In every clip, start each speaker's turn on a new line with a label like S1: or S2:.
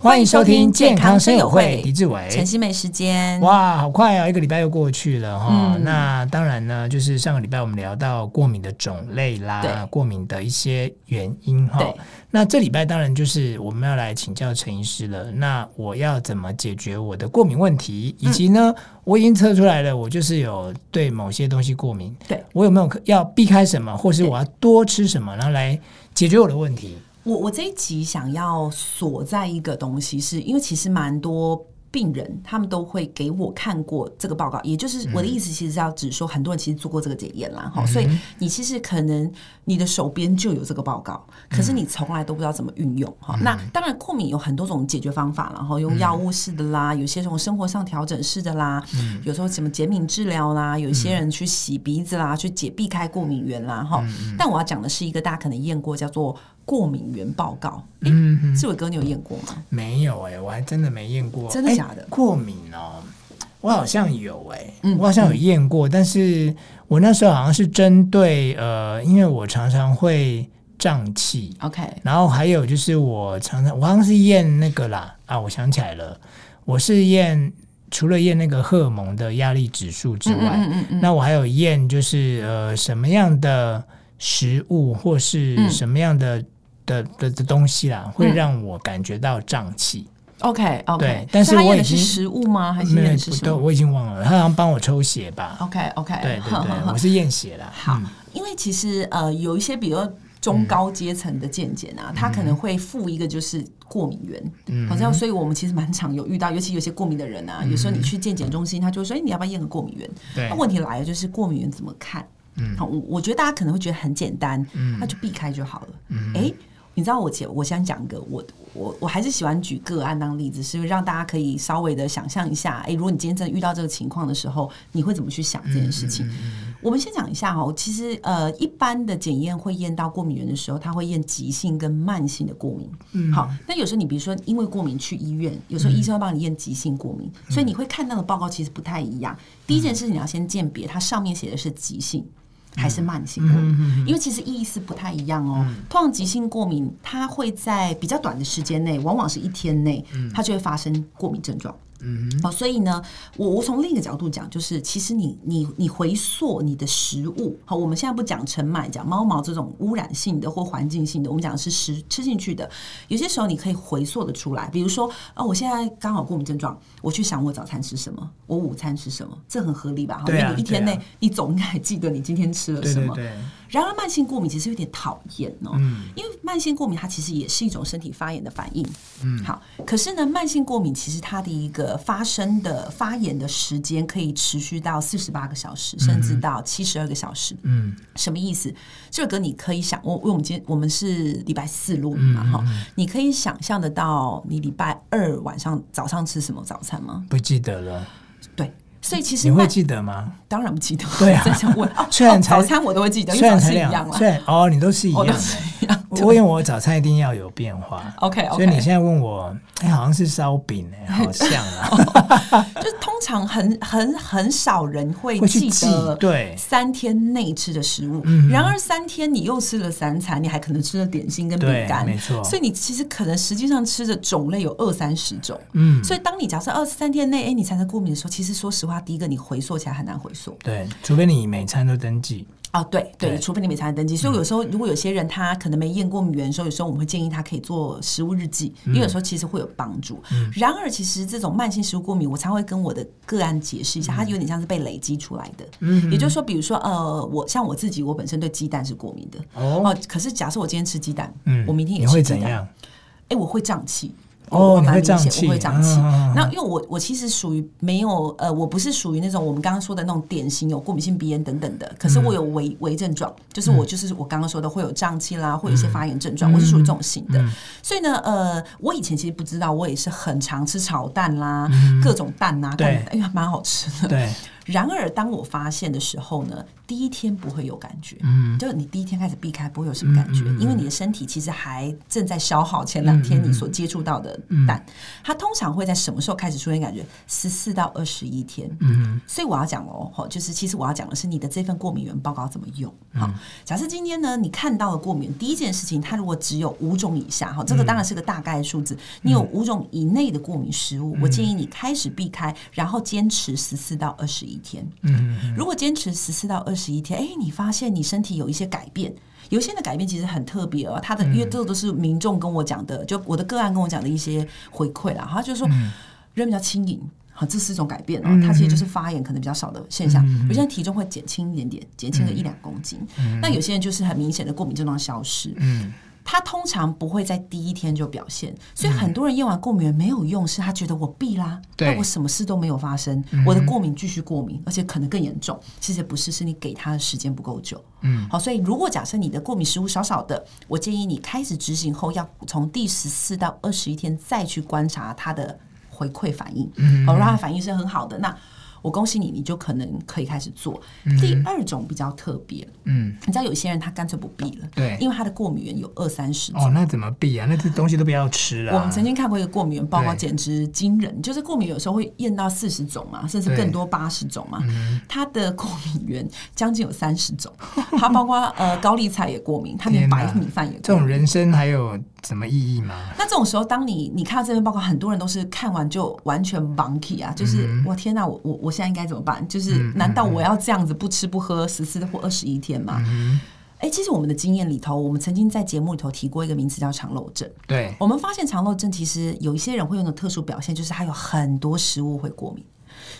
S1: 欢迎收听健康生友会
S2: 狄志伟，
S1: 晨曦美时间，
S2: 哇，好快啊、一个礼拜又过去了哈、
S1: 嗯
S2: 那当然呢，就是上个礼拜我们聊到过敏的种类
S1: 对
S2: 啦，过敏的一些原因哈
S1: 对。
S2: 那这礼拜当然就是我们要来请教陈医师了。那我要怎么解决我的过敏问题？以及呢，
S1: 嗯
S2: 我已经测出来了，我就是有对某些东西过敏。
S1: 对
S2: 我有没有可要避开什么，或是我要多吃什么，然后来解决我的问题？
S1: 我我这一集想要锁在一个东西是，因为其实蛮多。病人他们都会给我看过这个报告，也就是我的意思，其实是要指说很多人其实做过这个检验啦，哈、所以你其实可能你的手边就有这个报告，可是你从来都不知道怎么运用
S2: 嗯
S1: 哈、那当然过敏有很多种解决方法啦，然后用药物式的啦，有些从生活上调整式的啦，
S2: 嗯
S1: 有时候什么减敏治疗啦，有一些人去洗鼻子
S2: 嗯
S1: 啦，去解避开过敏源啦，哈、但我要讲的是一个大家可能验过叫做过敏源报告。诶，
S2: 嗯哼
S1: 志伟哥，你有验过吗？
S2: 没有哎、我还真的没验过。
S1: 真的
S2: 哎
S1: 假的
S2: 过敏哦，我好像有哎、
S1: 嗯
S2: 我好像有验过，但是我那时候好像是针对呃，因为我常常会胀气，
S1: OK，
S2: 然后还有就是我常常我好像是验那个啦啊，我想起来了，我是验除了验那个荷尔蒙的压力指数之外，
S1: 嗯嗯
S2: 那我还有验，就是呃什么样的食物或是
S1: 嗯
S2: 什么样的、的的的东西啦，会让我感觉到胀气。
S1: ，OK OK，
S2: 对但是
S1: 他
S2: 我
S1: 验的
S2: 已
S1: 是
S2: 经
S1: 食物吗？还是
S2: 没
S1: 验
S2: 有
S1: 的是
S2: 不
S1: 什
S2: 都
S1: 么
S2: 我已经忘了，他好像帮我抽血吧？
S1: ？OK OK，
S2: 对对对，我是验血啦。
S1: 好
S2: 嗯，
S1: 因为其实呃，有一些比较中高阶层的健检
S2: 嗯
S1: 啊，它可能会附一个就是过敏源，好像所以我们其实蛮常有遇到，尤其有些过敏的人啊，有时候你去健检中心，他就会说，哎，你要不要验个过敏源？
S2: 嗯对
S1: 那问题来了，就是过敏源怎么看？
S2: 嗯
S1: 好，我我觉得大家可能会觉得很简单，
S2: 嗯
S1: 那就避开就好了。
S2: 嗯
S1: 哎、你知道我前我想讲一个，我我我还是喜欢举个案当例子，是让大家可以稍微的想象一下，哎、如果你今天真的遇到这个情况的时候，你会怎么去想这件事情？我们先讲一下哦，其实呃，一般的检验会验到过敏源的时候，它会验急性跟慢性的过敏。
S2: 嗯
S1: 好，那有时候你比如说因为过敏去医院，有时候医生会帮你验急性过敏，所以你会看到的报告其实不太一样。第一件事你要先鉴别它上面写的是急性。还是慢
S2: 嗯
S1: 性过敏，因为其实意思不太一样哦。通常急性过敏，它会在比较短的时间内，往往是一天内，
S2: 嗯
S1: 它就会发生过敏症状。哦，所以呢，我我从另一个角度讲，就是其实你你你回溯你的食物，好，我们现在不讲尘螨、讲猫毛这种污染性的或环境性的，我们讲的是食吃进去的，有些时候你可以回溯的出来，比如说啊、我现在刚好过敏症状，我去想我早餐吃什么，我午餐吃什么，这很合理吧？哈
S2: 对啊
S1: 因为你一天内、
S2: 对啊
S1: 你总应该还记得你今天吃了
S2: 对
S1: 什
S2: 对
S1: 么。
S2: 对，嗯
S1: 然而，慢性过敏其实有点讨厌哦，因为慢性过敏它其实也是一种身体发炎的反应。嗯，好，可是呢，慢性过敏其实它的一个发生的发炎的时间可以持续到四十八个小时，甚至到七十二个小时。
S2: 嗯
S1: 什么意思？这个你可以想，我因为我们今天我们是礼拜四录音
S2: 嗯
S1: 嘛，哈、你可以想象得到你礼拜二晚上早上吃什么早餐吗？
S2: 不记得了，
S1: 对，所以其实
S2: 你会
S1: 慢
S2: 记得吗？
S1: 当然不记得，
S2: 对啊
S1: 我在想问哦，
S2: 虽然
S1: 哦
S2: 才
S1: 早餐我都会记得，因
S2: 虽
S1: 为早
S2: 然才
S1: 餐一样
S2: 两，
S1: 啦
S2: 虽，然哦，你都是一
S1: 我
S2: 样
S1: 都
S2: 的。
S1: 是一样。
S2: 我因为我早餐一定要有变化。
S1: OK
S2: 所以你
S1: OK，
S2: 现在问我，哎，好像是烧饼哎，好像 啊，
S1: 就是通常很很很少人会
S2: 会去
S1: 记
S2: 记
S1: 得
S2: 对，嗯
S1: 三天内吃的食物。然而三天你又吃了三餐，你还可能吃了点心跟饼
S2: 对
S1: 干，
S2: 没错
S1: 所以你其实可能实际上吃的种类有二三十种。
S2: 嗯，
S1: 所以当你假设二十三天内，哎，你产生过敏的时候，其实说实话，第一个你回溯起来很难回溯。
S2: 对，除非你每餐都登记。
S1: 哦，对对，
S2: 对嗯
S1: 除非你没查登记，所以有时候如果有些人他可能没验过米源的时候，有时候我们会建议他可以做食物日记，
S2: 嗯
S1: 因为有时候其实会有帮助。然而，其实这种慢性食物过敏，我常会跟我的个案解释
S2: 嗯
S1: 一下，它有点像是被累积出来的。嗯，也就是说，比如说呃，我像我自己，我本身对鸡蛋是过敏的。
S2: 哦，
S1: 哦，可是假设我今天吃鸡蛋，
S2: 嗯，
S1: 我明天也
S2: 你会
S1: 吃鸡
S2: 怎
S1: 蛋，
S2: 样？
S1: 哎，我会胀气。
S2: 哦
S1: 我
S2: 你
S1: 蛮
S2: 会
S1: 明
S2: 胀
S1: 显
S2: 气
S1: 我会胀气
S2: 嗯嗯嗯嗯。
S1: 那因为我我其实属于没有呃，我不是属于那种我们刚刚说的那种典型有过敏性鼻炎等等的，可
S2: 嗯
S1: 是我有微微症状，就是我就是我刚刚说的会有胀气啦，会有一
S2: 嗯
S1: 些发炎症状，我是属于这种型的。嗯所以呢，呃，我以前其实不知道，我也是很常吃炒蛋啦，各种蛋啦，
S2: 嗯
S1: 啊
S2: 对
S1: 干哎呀，蛮好吃的。
S2: 对，
S1: 然而，当我发现的时候呢，第一天不会有感觉，
S2: 嗯
S1: 就你第一天开始避开不会有什么感觉，
S2: 嗯嗯嗯嗯
S1: 因为你的身体其实还正在消耗前两天你所接触到的氮。它通常会在什么时候开始出现感觉？十四到二十一天。
S2: 嗯
S1: 所以我要讲哦，吼就是其实我要讲的是你的这份过敏原报告怎么用。好、假设今天呢，你看到了过敏，第一件事情，它如果只有五种以下，哈，这个当然是个大概数字。你有五种以内的过敏食物，我建议你开始避开，然后坚持十四到二十一天。
S2: 嗯
S1: 如果坚持十四到二十一天，哎，你发现你身体有一些改变。有一些的改变其实很特别哦，他的因为这都是民众跟我讲的，就我的个案跟我讲的一些回馈啦，他就说人比较轻盈，好，这是一种改变
S2: 嗯
S1: 哦，它其实就是发炎可能比较少的现象。有些人体重会减轻一点点，减轻个一两公斤，那有些人就是很明显的过敏症状消失，
S2: 嗯
S1: 他通常不会在第一天就表现，所以很多人验完过敏源没有用，是他觉得我避啦，
S2: 对嗯
S1: 但我什么事都没有发生，我的过敏继续过敏，而且可能更严重。其实不是，是你给他的时间不够久。
S2: 嗯，
S1: 好，所以如果假设你的过敏食物少少的，我建议你开始执行后，要从第十四到二十一天再去观察他的回馈反应。
S2: 嗯
S1: 好，如果他的反应是很好的，那我恭喜你，你就可能可以开始做。第二种比较特别，
S2: 嗯，
S1: 你知道有些人他干脆不避了，
S2: 对。
S1: 因为他的过敏源有二三十种。
S2: 哦，那怎么避啊？那这东西都不要吃了。
S1: 我们曾经看过一个过敏源报告，
S2: 啊对
S1: 简直惊人。就是过敏有时候会验到四十种嘛，甚至更多八十种
S2: 嗯
S1: 嘛。它的过敏源将近有三十种，它 包括呃高丽菜也过敏，它连
S2: 天哪
S1: 白米饭也
S2: 这
S1: 过
S2: 种
S1: 敏。
S2: 人生还有什么意义吗？
S1: 那这种时候，当你你看到这份报告，很多人都是看完就完全 monkey
S2: 嗯
S1: 啊，就是、我天哪、我我我现在应该怎么办？就是难道
S2: 嗯
S1: 我要这样子不吃不喝十四或二十一天吗？哎、其实我们的经验里头，我们曾经在节目里头提过一个名词叫肠漏症。
S2: 对，
S1: 我们发现肠漏症其实有一些人会有那种特殊表现，就是他有很多食物会过敏。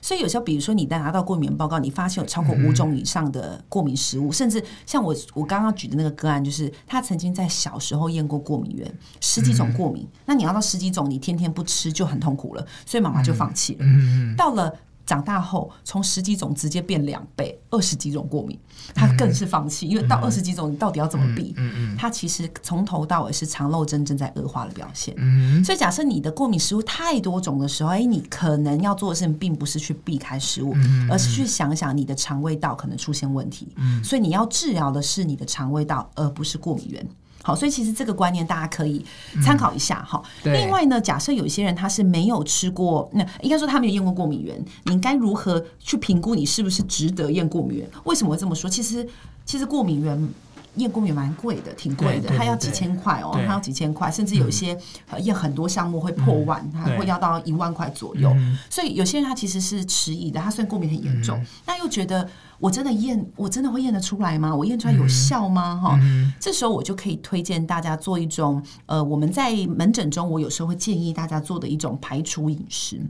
S1: 所以有时候，比如说你在拿到过敏原报告，你发现有超过五种以上的过敏食物，甚至像我我刚刚举的那个个案，就是他曾经在小时候验过过敏源，十几种过敏。
S2: 嗯
S1: 那你要到十几种，你天天不吃就很痛苦了，所以妈妈就放弃了。
S2: 嗯，
S1: 到了长大后，从十几种直接变两倍，二十几种过敏，他更是放弃，因为到二十几种，你到底要怎么避？
S2: 嗯嗯
S1: 它其实从头到尾是肠漏症正在恶化的表现。
S2: 嗯
S1: 所以，假设你的过敏食物太多种的时候，哎，你可能要做的事情并不是去避开食
S2: 嗯
S1: 物，而是去想想你的肠胃道可能出现问题。
S2: 嗯
S1: 所以你要治疗的是你的肠胃道，而不是过敏源。好，所以其实这个观念大家可以参考一下哈。
S2: 对
S1: 另外呢，假设有一些人他是没有吃过，那应该说他没有验过过敏源，你该如何去评估你是不是值得验过敏源？为什么会这么说？其实其实过敏源验过敏源蛮贵的，挺贵
S2: 对
S1: 的，
S2: 对
S1: 它要
S2: 对
S1: 几千块哦，
S2: 对嗯
S1: 它要几千块，甚至有一些呃验很多项目会破万，它
S2: 对嗯
S1: 会要到一万块左右。所以有些人他其实是迟疑的，他虽然过敏很严重，但又觉得我真的验，我真的会验得出来吗？我验出来
S2: 嗯
S1: 有效吗？哈、这时候我就可以推荐大家做一种，呃，我们在门诊中，我有时候会建议大家做的一种排除饮食。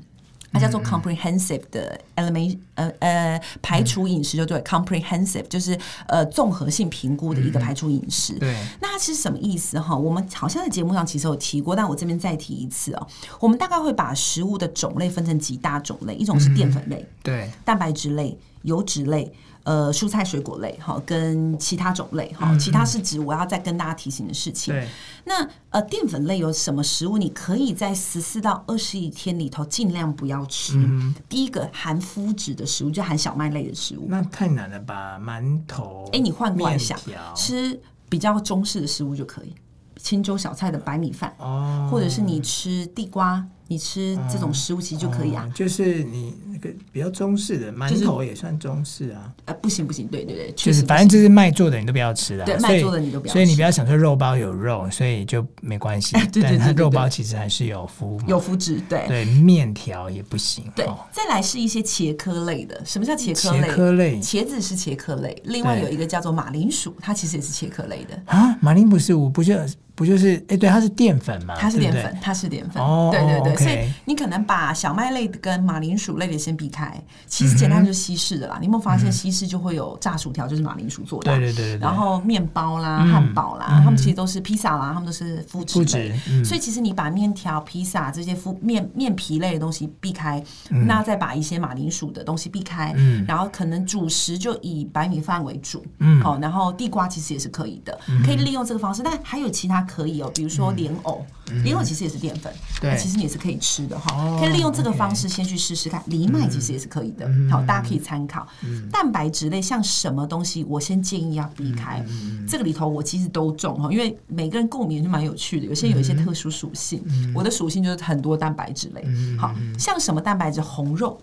S1: 它叫做 comprehensive 的 element，呃呃，排除饮食就对，comprehensive 就是呃综合性评估的一个排除饮食。
S2: 对，
S1: 那它是什么意思哈？我们好像在节目上其实有提过，但我这边再提一次哦。我们大概会把食物的种类分成几大种类，一种是淀粉类、
S2: 对，
S1: 蛋白质类、油脂类。呃，蔬菜水果类哈，跟其他种类哈，其他是指我要再跟大家提醒的事情。
S2: 对，
S1: 那呃，淀粉类有什么食物？你可以在十四到二十一天里头尽量不要吃。
S2: 嗯
S1: 第一个含麸质的食物，就含小麦类的食物。
S2: 那太难了吧？馒头，
S1: 哎，你换过来
S2: 面
S1: 想，
S2: 条，
S1: 吃比较中式的食物就可以，清粥小菜的白米饭，
S2: 哦，
S1: 或者是你吃地瓜，你吃这种食物其实就可以啊
S2: 哦。就是你那个比较中式的馒头也算中式啊，
S1: 呃，不行不行，对对对，确
S2: 就
S1: 实
S2: 是
S1: 不
S2: 反正
S1: 行
S2: 就是卖做的你都不要吃啦，
S1: 对
S2: 所以
S1: 卖做的你都不要吃
S2: 所以你不要想说肉包有肉，所以就没关系
S1: 。对对
S2: 但它
S1: 对对对
S2: 肉包其实还是有麸嘛，
S1: 有麸质，对
S2: 对面条也不行。
S1: 对
S2: 哦。
S1: 再来是一些茄科类的，什么叫茄科
S2: 茄
S1: 类？
S2: 科类
S1: 茄子是茄科类，另外
S2: 对
S1: 有一个叫做马铃薯，它其实也是茄科类的，
S2: 啊，马铃不是我不就不就是哎，对，它是淀粉嘛，
S1: 它是
S2: 对
S1: 淀
S2: 不对
S1: 粉，它是淀粉
S2: 哦，
S1: 对对对，
S2: OK
S1: 所以你可能把小麦类跟马铃薯类的先避开，其实简
S2: 嗯
S1: 单就是西式的啦。你有没有发现西式就会有炸薯条，就是马铃薯做的啊，
S2: 对对对对对嗯
S1: 然后面包啦、汉堡啦，他们其实都是披萨啦，他们都是麸
S2: 麸
S1: 质类
S2: 质嗯
S1: 所以其实你把面条、披萨这些麸面面皮类的东西避开，那再把一些马铃薯的东西避开，
S2: 嗯
S1: 然后可能主食就以白米饭为主，哦
S2: 嗯
S1: 好，然后地瓜其实也是可以的，可以利用这个方式。但还有其他可以哦，比如说
S2: 嗯
S1: 莲藕，莲藕其实也是淀粉，
S2: 对
S1: 那其实你也是可以吃的
S2: 哦嗯
S1: 哈，可以利用这个方式先去试试看。藜麦其实也是可以的，好，大家可以参考。蛋白质类像什么东西，我先建议要避开。
S2: 嗯
S1: 这个里头我其实都中哈，因为每个人过敏是蛮有趣的，有
S2: 嗯
S1: 些人有一些特殊属性，我的属性就是很多蛋白质类。
S2: 嗯
S1: 好像什么蛋白质，红肉。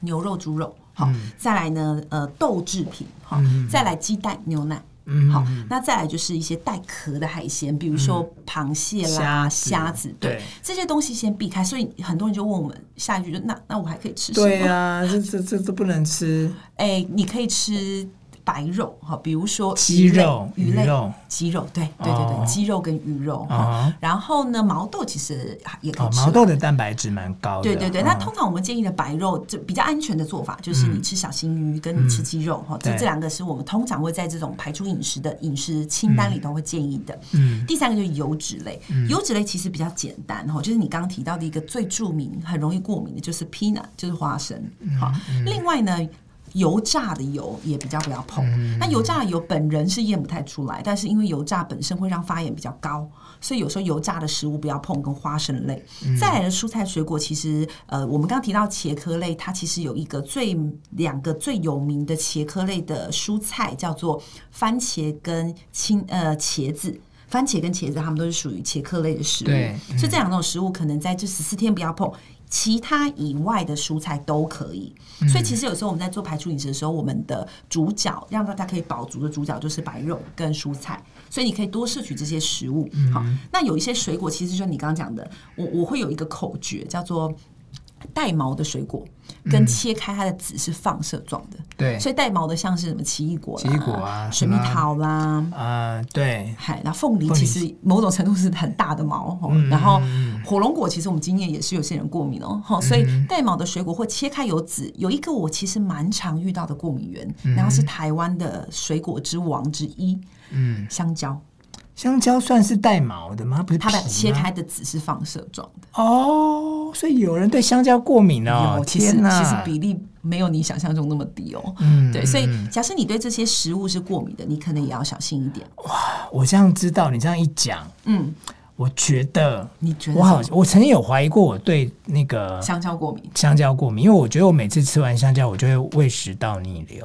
S1: 牛肉、猪肉，好，
S2: 嗯
S1: 再来呢，呃，豆制品，好，再来鸡蛋、牛奶。
S2: 嗯
S1: 好，那再来就是一些带壳的海鲜，比如说螃蟹啦、
S2: 嗯虾子
S1: 虾子，对
S2: 对
S1: 这些东西先避开。所以很多人就问我们下一句就那那我还可以吃什么？
S2: 对啊，这这这都不能吃
S1: 哎、你可以吃白肉哈，比如说
S2: 鸡肉
S1: 鱼类、
S2: 鱼
S1: 鱼
S2: 肉
S1: 类、鸡肉，对对对
S2: 哦
S1: 对，鸡肉跟鱼肉
S2: 啊
S1: 哈。然后呢，毛豆其实也可以
S2: 哦。
S1: 吃啦，
S2: 毛豆的蛋白质蛮高的，
S1: 对对对，那
S2: 嗯
S1: 通常我们建议的白肉就比较安全的做法，就是你吃小型鱼跟你吃鸡肉哈，这
S2: 嗯对
S1: 这两个是我们通常会在这种排除饮食的饮食清单里头会建议的。
S2: 嗯
S1: 第三个就是油脂类，油脂类其实比较简单哈，就是你刚刚提到的一个最著名、很容易过敏的就是 peanut，就是花生。好，另外呢。油炸的油也比较不要碰。那油炸的油本人是验不太出来，但是因为油炸本身会让发炎比较高，所以有时候油炸的食物不要碰，跟花生类。再来的蔬菜水果，其实呃，我们刚刚提到茄科类，它其实有一个最两个最有名的茄科类的蔬菜叫做番茄跟青呃茄子。番茄跟茄子，它们都是属于茄科类的食物，
S2: 对嗯
S1: 所以这两种食物可能在这十四天不要碰，其他以外的蔬菜都可以。
S2: 嗯
S1: 所以其实有时候我们在做排除饮食的时候，我们的主角让大家可以饱足的主角就是白肉跟蔬菜，所以你可以多摄取这些食物。
S2: 嗯
S1: 好，那有一些水果，其实就你刚刚讲的，我我会有一个口诀叫做。带毛的水果跟切开它的籽是放射状的，
S2: 对
S1: 所以带毛的像是什么奇异果啦、
S2: 奇异果啊
S1: 水蜜
S2: 什么
S1: 桃啦，
S2: 啊对
S1: 嗨，那凤梨
S2: 凤梨嗯
S1: 其实某种程度是很大的毛哦，然后火龙果其实我们今年也是有些人过敏哦，哈，所以
S2: 嗯
S1: 带毛的水果或切开有籽，有一个我其实蛮常遇到的过敏源，然
S2: 嗯
S1: 后是台湾的水果之王之一，嗯，香蕉，
S2: 香蕉算是带毛的吗？不是
S1: 它把
S2: 皮吗
S1: 切开的籽是放射状的，
S2: 哦，所以有人对香蕉过敏哦
S1: 有，，其实
S2: 天哪！
S1: 其实比例没有你想象中那么低哦，
S2: 嗯
S1: 对，所以假设你对这些食物是过敏的，你可能也要小心一点，
S2: 我这样知道，你这样一讲，
S1: 嗯，
S2: 我觉得
S1: 你觉得
S2: 我好
S1: 什，
S2: 我曾经有怀疑过我对那个
S1: 么香蕉过敏？
S2: 香蕉过敏，因为我觉得我每次吃完香蕉，我就会胃食道逆流，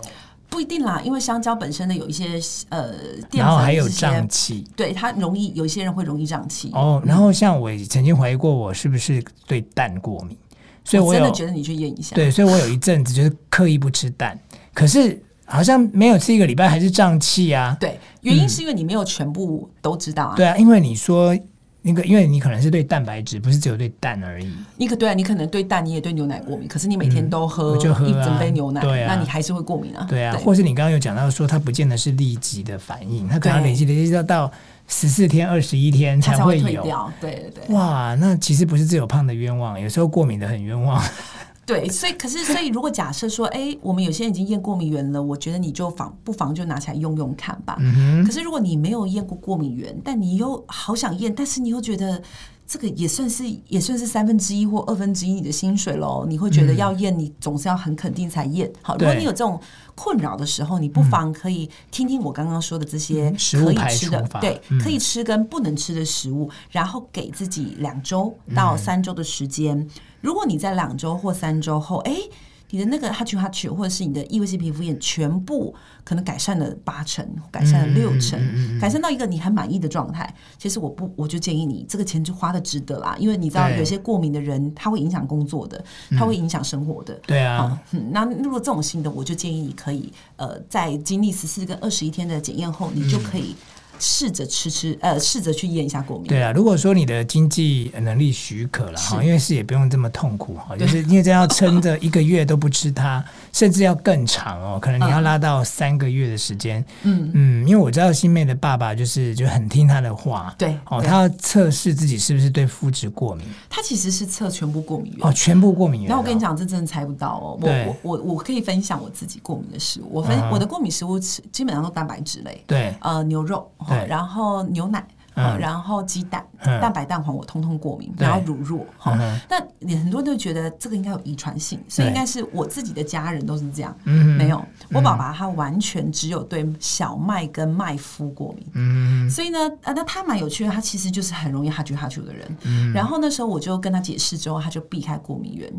S1: 不一定啦，因为香蕉本身的有一些呃淀
S2: 然后
S1: 粉，
S2: 还有
S1: 一些
S2: 胀气。
S1: 对它容易有一些人会容易胀气。
S2: 哦，然后像我曾经怀疑过我是不是对蛋过敏，所以
S1: 我哦真
S2: 有
S1: 的觉得你去验一下。
S2: 对，所以我有一阵子就是刻意不吃蛋，可是好像没有吃一个礼拜还是胀气啊。
S1: 对原因是因为你没有全部都知道啊。
S2: 对啊，因为你说那个，因为你可能是对蛋白质，不是只有对蛋而已。
S1: 你可对啊，你可能对蛋，你也对牛奶过敏，可是你每天都喝
S2: 我就喝啊
S1: 一整杯牛奶，
S2: 对啊
S1: 那你还是会过敏啊。
S2: 对啊，或是你刚刚有讲到说，它不见得是立即的反应，它可能
S1: 对
S2: 累积累积到到十四天、二十一天
S1: 它才
S2: 会
S1: 会退
S2: 有。
S1: 掉。对对对。
S2: 哇，那其实不是只有胖的冤枉，有时候过敏的很冤枉。
S1: 对，所以可是，所以如果假设说，哎，我们有些人已经验过敏源了，我觉得你就妨不妨就拿起来用用看吧。
S2: 嗯
S1: 可是如果你没有验过过敏源，但你又好想验，但是你又觉得这个也算是也算是三分之一或二分之一你的薪水喽，你会觉得要验，你总是要很肯定才验。好，如果
S2: 嗯对
S1: 你有这种困扰的时候，你不妨可以听听我刚刚说的这些
S2: 嗯食物
S1: 可以
S2: 排
S1: 吃
S2: 除
S1: 的
S2: 法，
S1: 对，可以吃跟不能吃的食物，然后给自己两周到三周的时间。如果你在两周或三周后，哎、你的那个哈丘哈丘，或者是你的异位性皮肤炎，全部可能改善了八成，改善了六成，改善到一个你很满意的状态。其实我不，我就建议你这个钱就花的值得啦，因为你知道
S2: 对
S1: 有些过敏的人，他会影响工作的，他会影响生活的。
S2: 对啊
S1: 好，，嗯，那如果这种新的，我就建议你可以，呃，在经历十四跟二十一天的检验后，你就可以试着吃吃，呃，试着去验一下过敏。
S2: 嗯对啊，如果说你的经济能力许可了哈，
S1: 是
S2: 因为是也不用这么痛苦哈，就是因为这样要撑着一个月都不吃它，甚至要更长哦，可能你
S1: 嗯
S2: 要拉到三个月的时间。嗯嗯，因为我知道新妹的爸爸就是就很听她的话，
S1: 对
S2: 哦，
S1: 对
S2: 他要测试自己是不是对肤质过敏
S1: 它其实是测全部过敏源。
S2: 哦，全部过敏源。
S1: 然后我跟你
S2: 讲，
S1: 讲，这真的猜不到哦。
S2: 对
S1: 我我我我可以分享我自己过敏的食物。我分、
S2: 嗯
S1: 我的过敏食物吃基本上都蛋白质类，
S2: 对
S1: 呃，牛肉，
S2: 对
S1: 然后牛奶，啊，然后鸡蛋、
S2: 嗯
S1: 蛋白、蛋黄我通通过敏，
S2: 对
S1: 然后乳酪哈
S2: 嗯哼。
S1: 那也很多人都觉得这个应该有遗传性，所以
S2: 对
S1: 应该是我自己的家人都是这样。
S2: 嗯
S1: 没有，我爸爸他完全只有对小麦跟麦麸过敏。
S2: 嗯
S1: 所以呢，啊，那他蛮有趣的，他其实就是很容易哈啾哈啾的人。
S2: 嗯
S1: 然后那时候我就跟他解释之后，他就避开过敏源。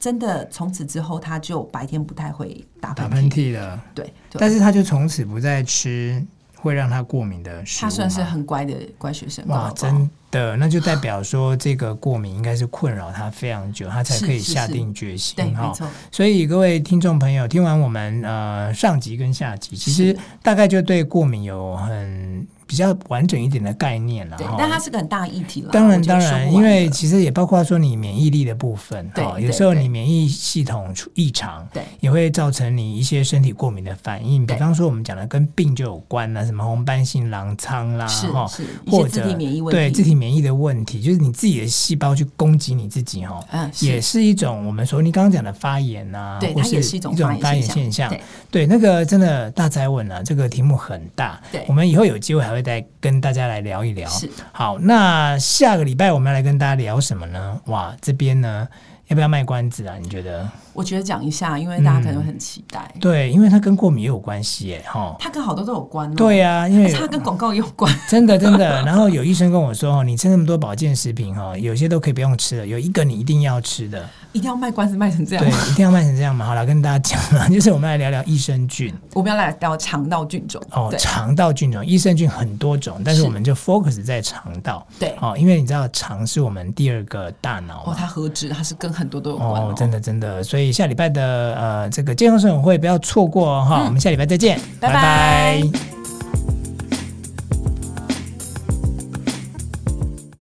S1: 真的，从此之后他就白天不太会打
S2: 打
S1: 喷
S2: 喷
S1: 嚏。
S2: 嚏了，
S1: 对，对
S2: 但是他就从此不再吃会让他过敏的食物
S1: 他
S2: 吗。
S1: 算是很乖的乖学生。乖
S2: 哇，
S1: 宝宝
S2: 真的，那就代表说这个过敏应该是困扰他非常久，他才可以
S1: 是是
S2: 下定决心
S1: 对，
S2: 哈
S1: 没错，
S2: 所以各位听众朋友，听完我们呃上集跟下集，其实大概就对过敏有很比较完整一点的概念了
S1: 对
S2: 哈。，
S1: 但它是个很大的议题了。
S2: 当然
S1: 我觉
S2: 当
S1: 得说不
S2: 然，
S1: 完
S2: 因为
S1: 的
S2: 其实也包括说你免疫力的部分
S1: 对
S2: 哈，
S1: 对
S2: 有时候
S1: 对
S2: 你免疫系统出异常，
S1: 对
S2: 也会造成你一些身体过敏的反应，比
S1: 对
S2: 方说我们讲的跟病就有关啦，什么红斑性狼疮啦，
S1: 是
S2: 啊哈
S1: 是一些
S2: 或
S1: 自
S2: 者
S1: 体免疫问
S2: 对
S1: 题
S2: 自体免疫的问题，就是你自己的细胞去攻击你自己哈，
S1: 嗯是
S2: 也是一种我们说你刚刚讲的发炎呐、
S1: 对
S2: 或
S1: 它也
S2: 是
S1: 是一种
S2: 发
S1: 发
S2: 炎
S1: 炎
S2: 现
S1: 现
S2: 象
S1: 象。
S2: 对，那个真的大灾问啊，这个题目很大，
S1: 对
S2: 我们以后有机会还会再跟大家来聊一聊。
S1: 是
S2: 好，那下个礼拜我们要来跟大家聊什么呢？哇，这边呢要不要卖关子啊？你觉得？
S1: 我觉得讲一下，因为大家可能会
S2: 嗯
S1: 很期待，
S2: 对，因为它跟过敏也有关系耶，哈。
S1: 它跟好多都有关哦。
S2: 对呀、因
S1: 而
S2: 为
S1: 且它跟广告也有关。
S2: 真的真的， 然后有医生跟我说哦，你吃那么多保健食品哦，有些都可以不用吃了，有一个你一定要吃的，
S1: 一定要卖官司卖成这样
S2: 对，，一定要卖成这样嘛。好了，跟大家讲了， 就是我们来聊聊益生菌
S1: 我们要来聊肠道菌种。
S2: 哦，
S1: 对
S2: 肠道菌种，益生菌很多种，但是
S1: 是
S2: 我们就 focus 在肠道，
S1: 对
S2: 哦，因为你知道肠是我们第二个大脑
S1: 哦，
S2: 嘛。
S1: 它何止，它是跟很多都有关
S2: 哦
S1: 哦，，
S2: 真的真的，所以下礼拜的呃这个健康生活会不要错过哦哈、我们下礼拜再见，
S1: 拜拜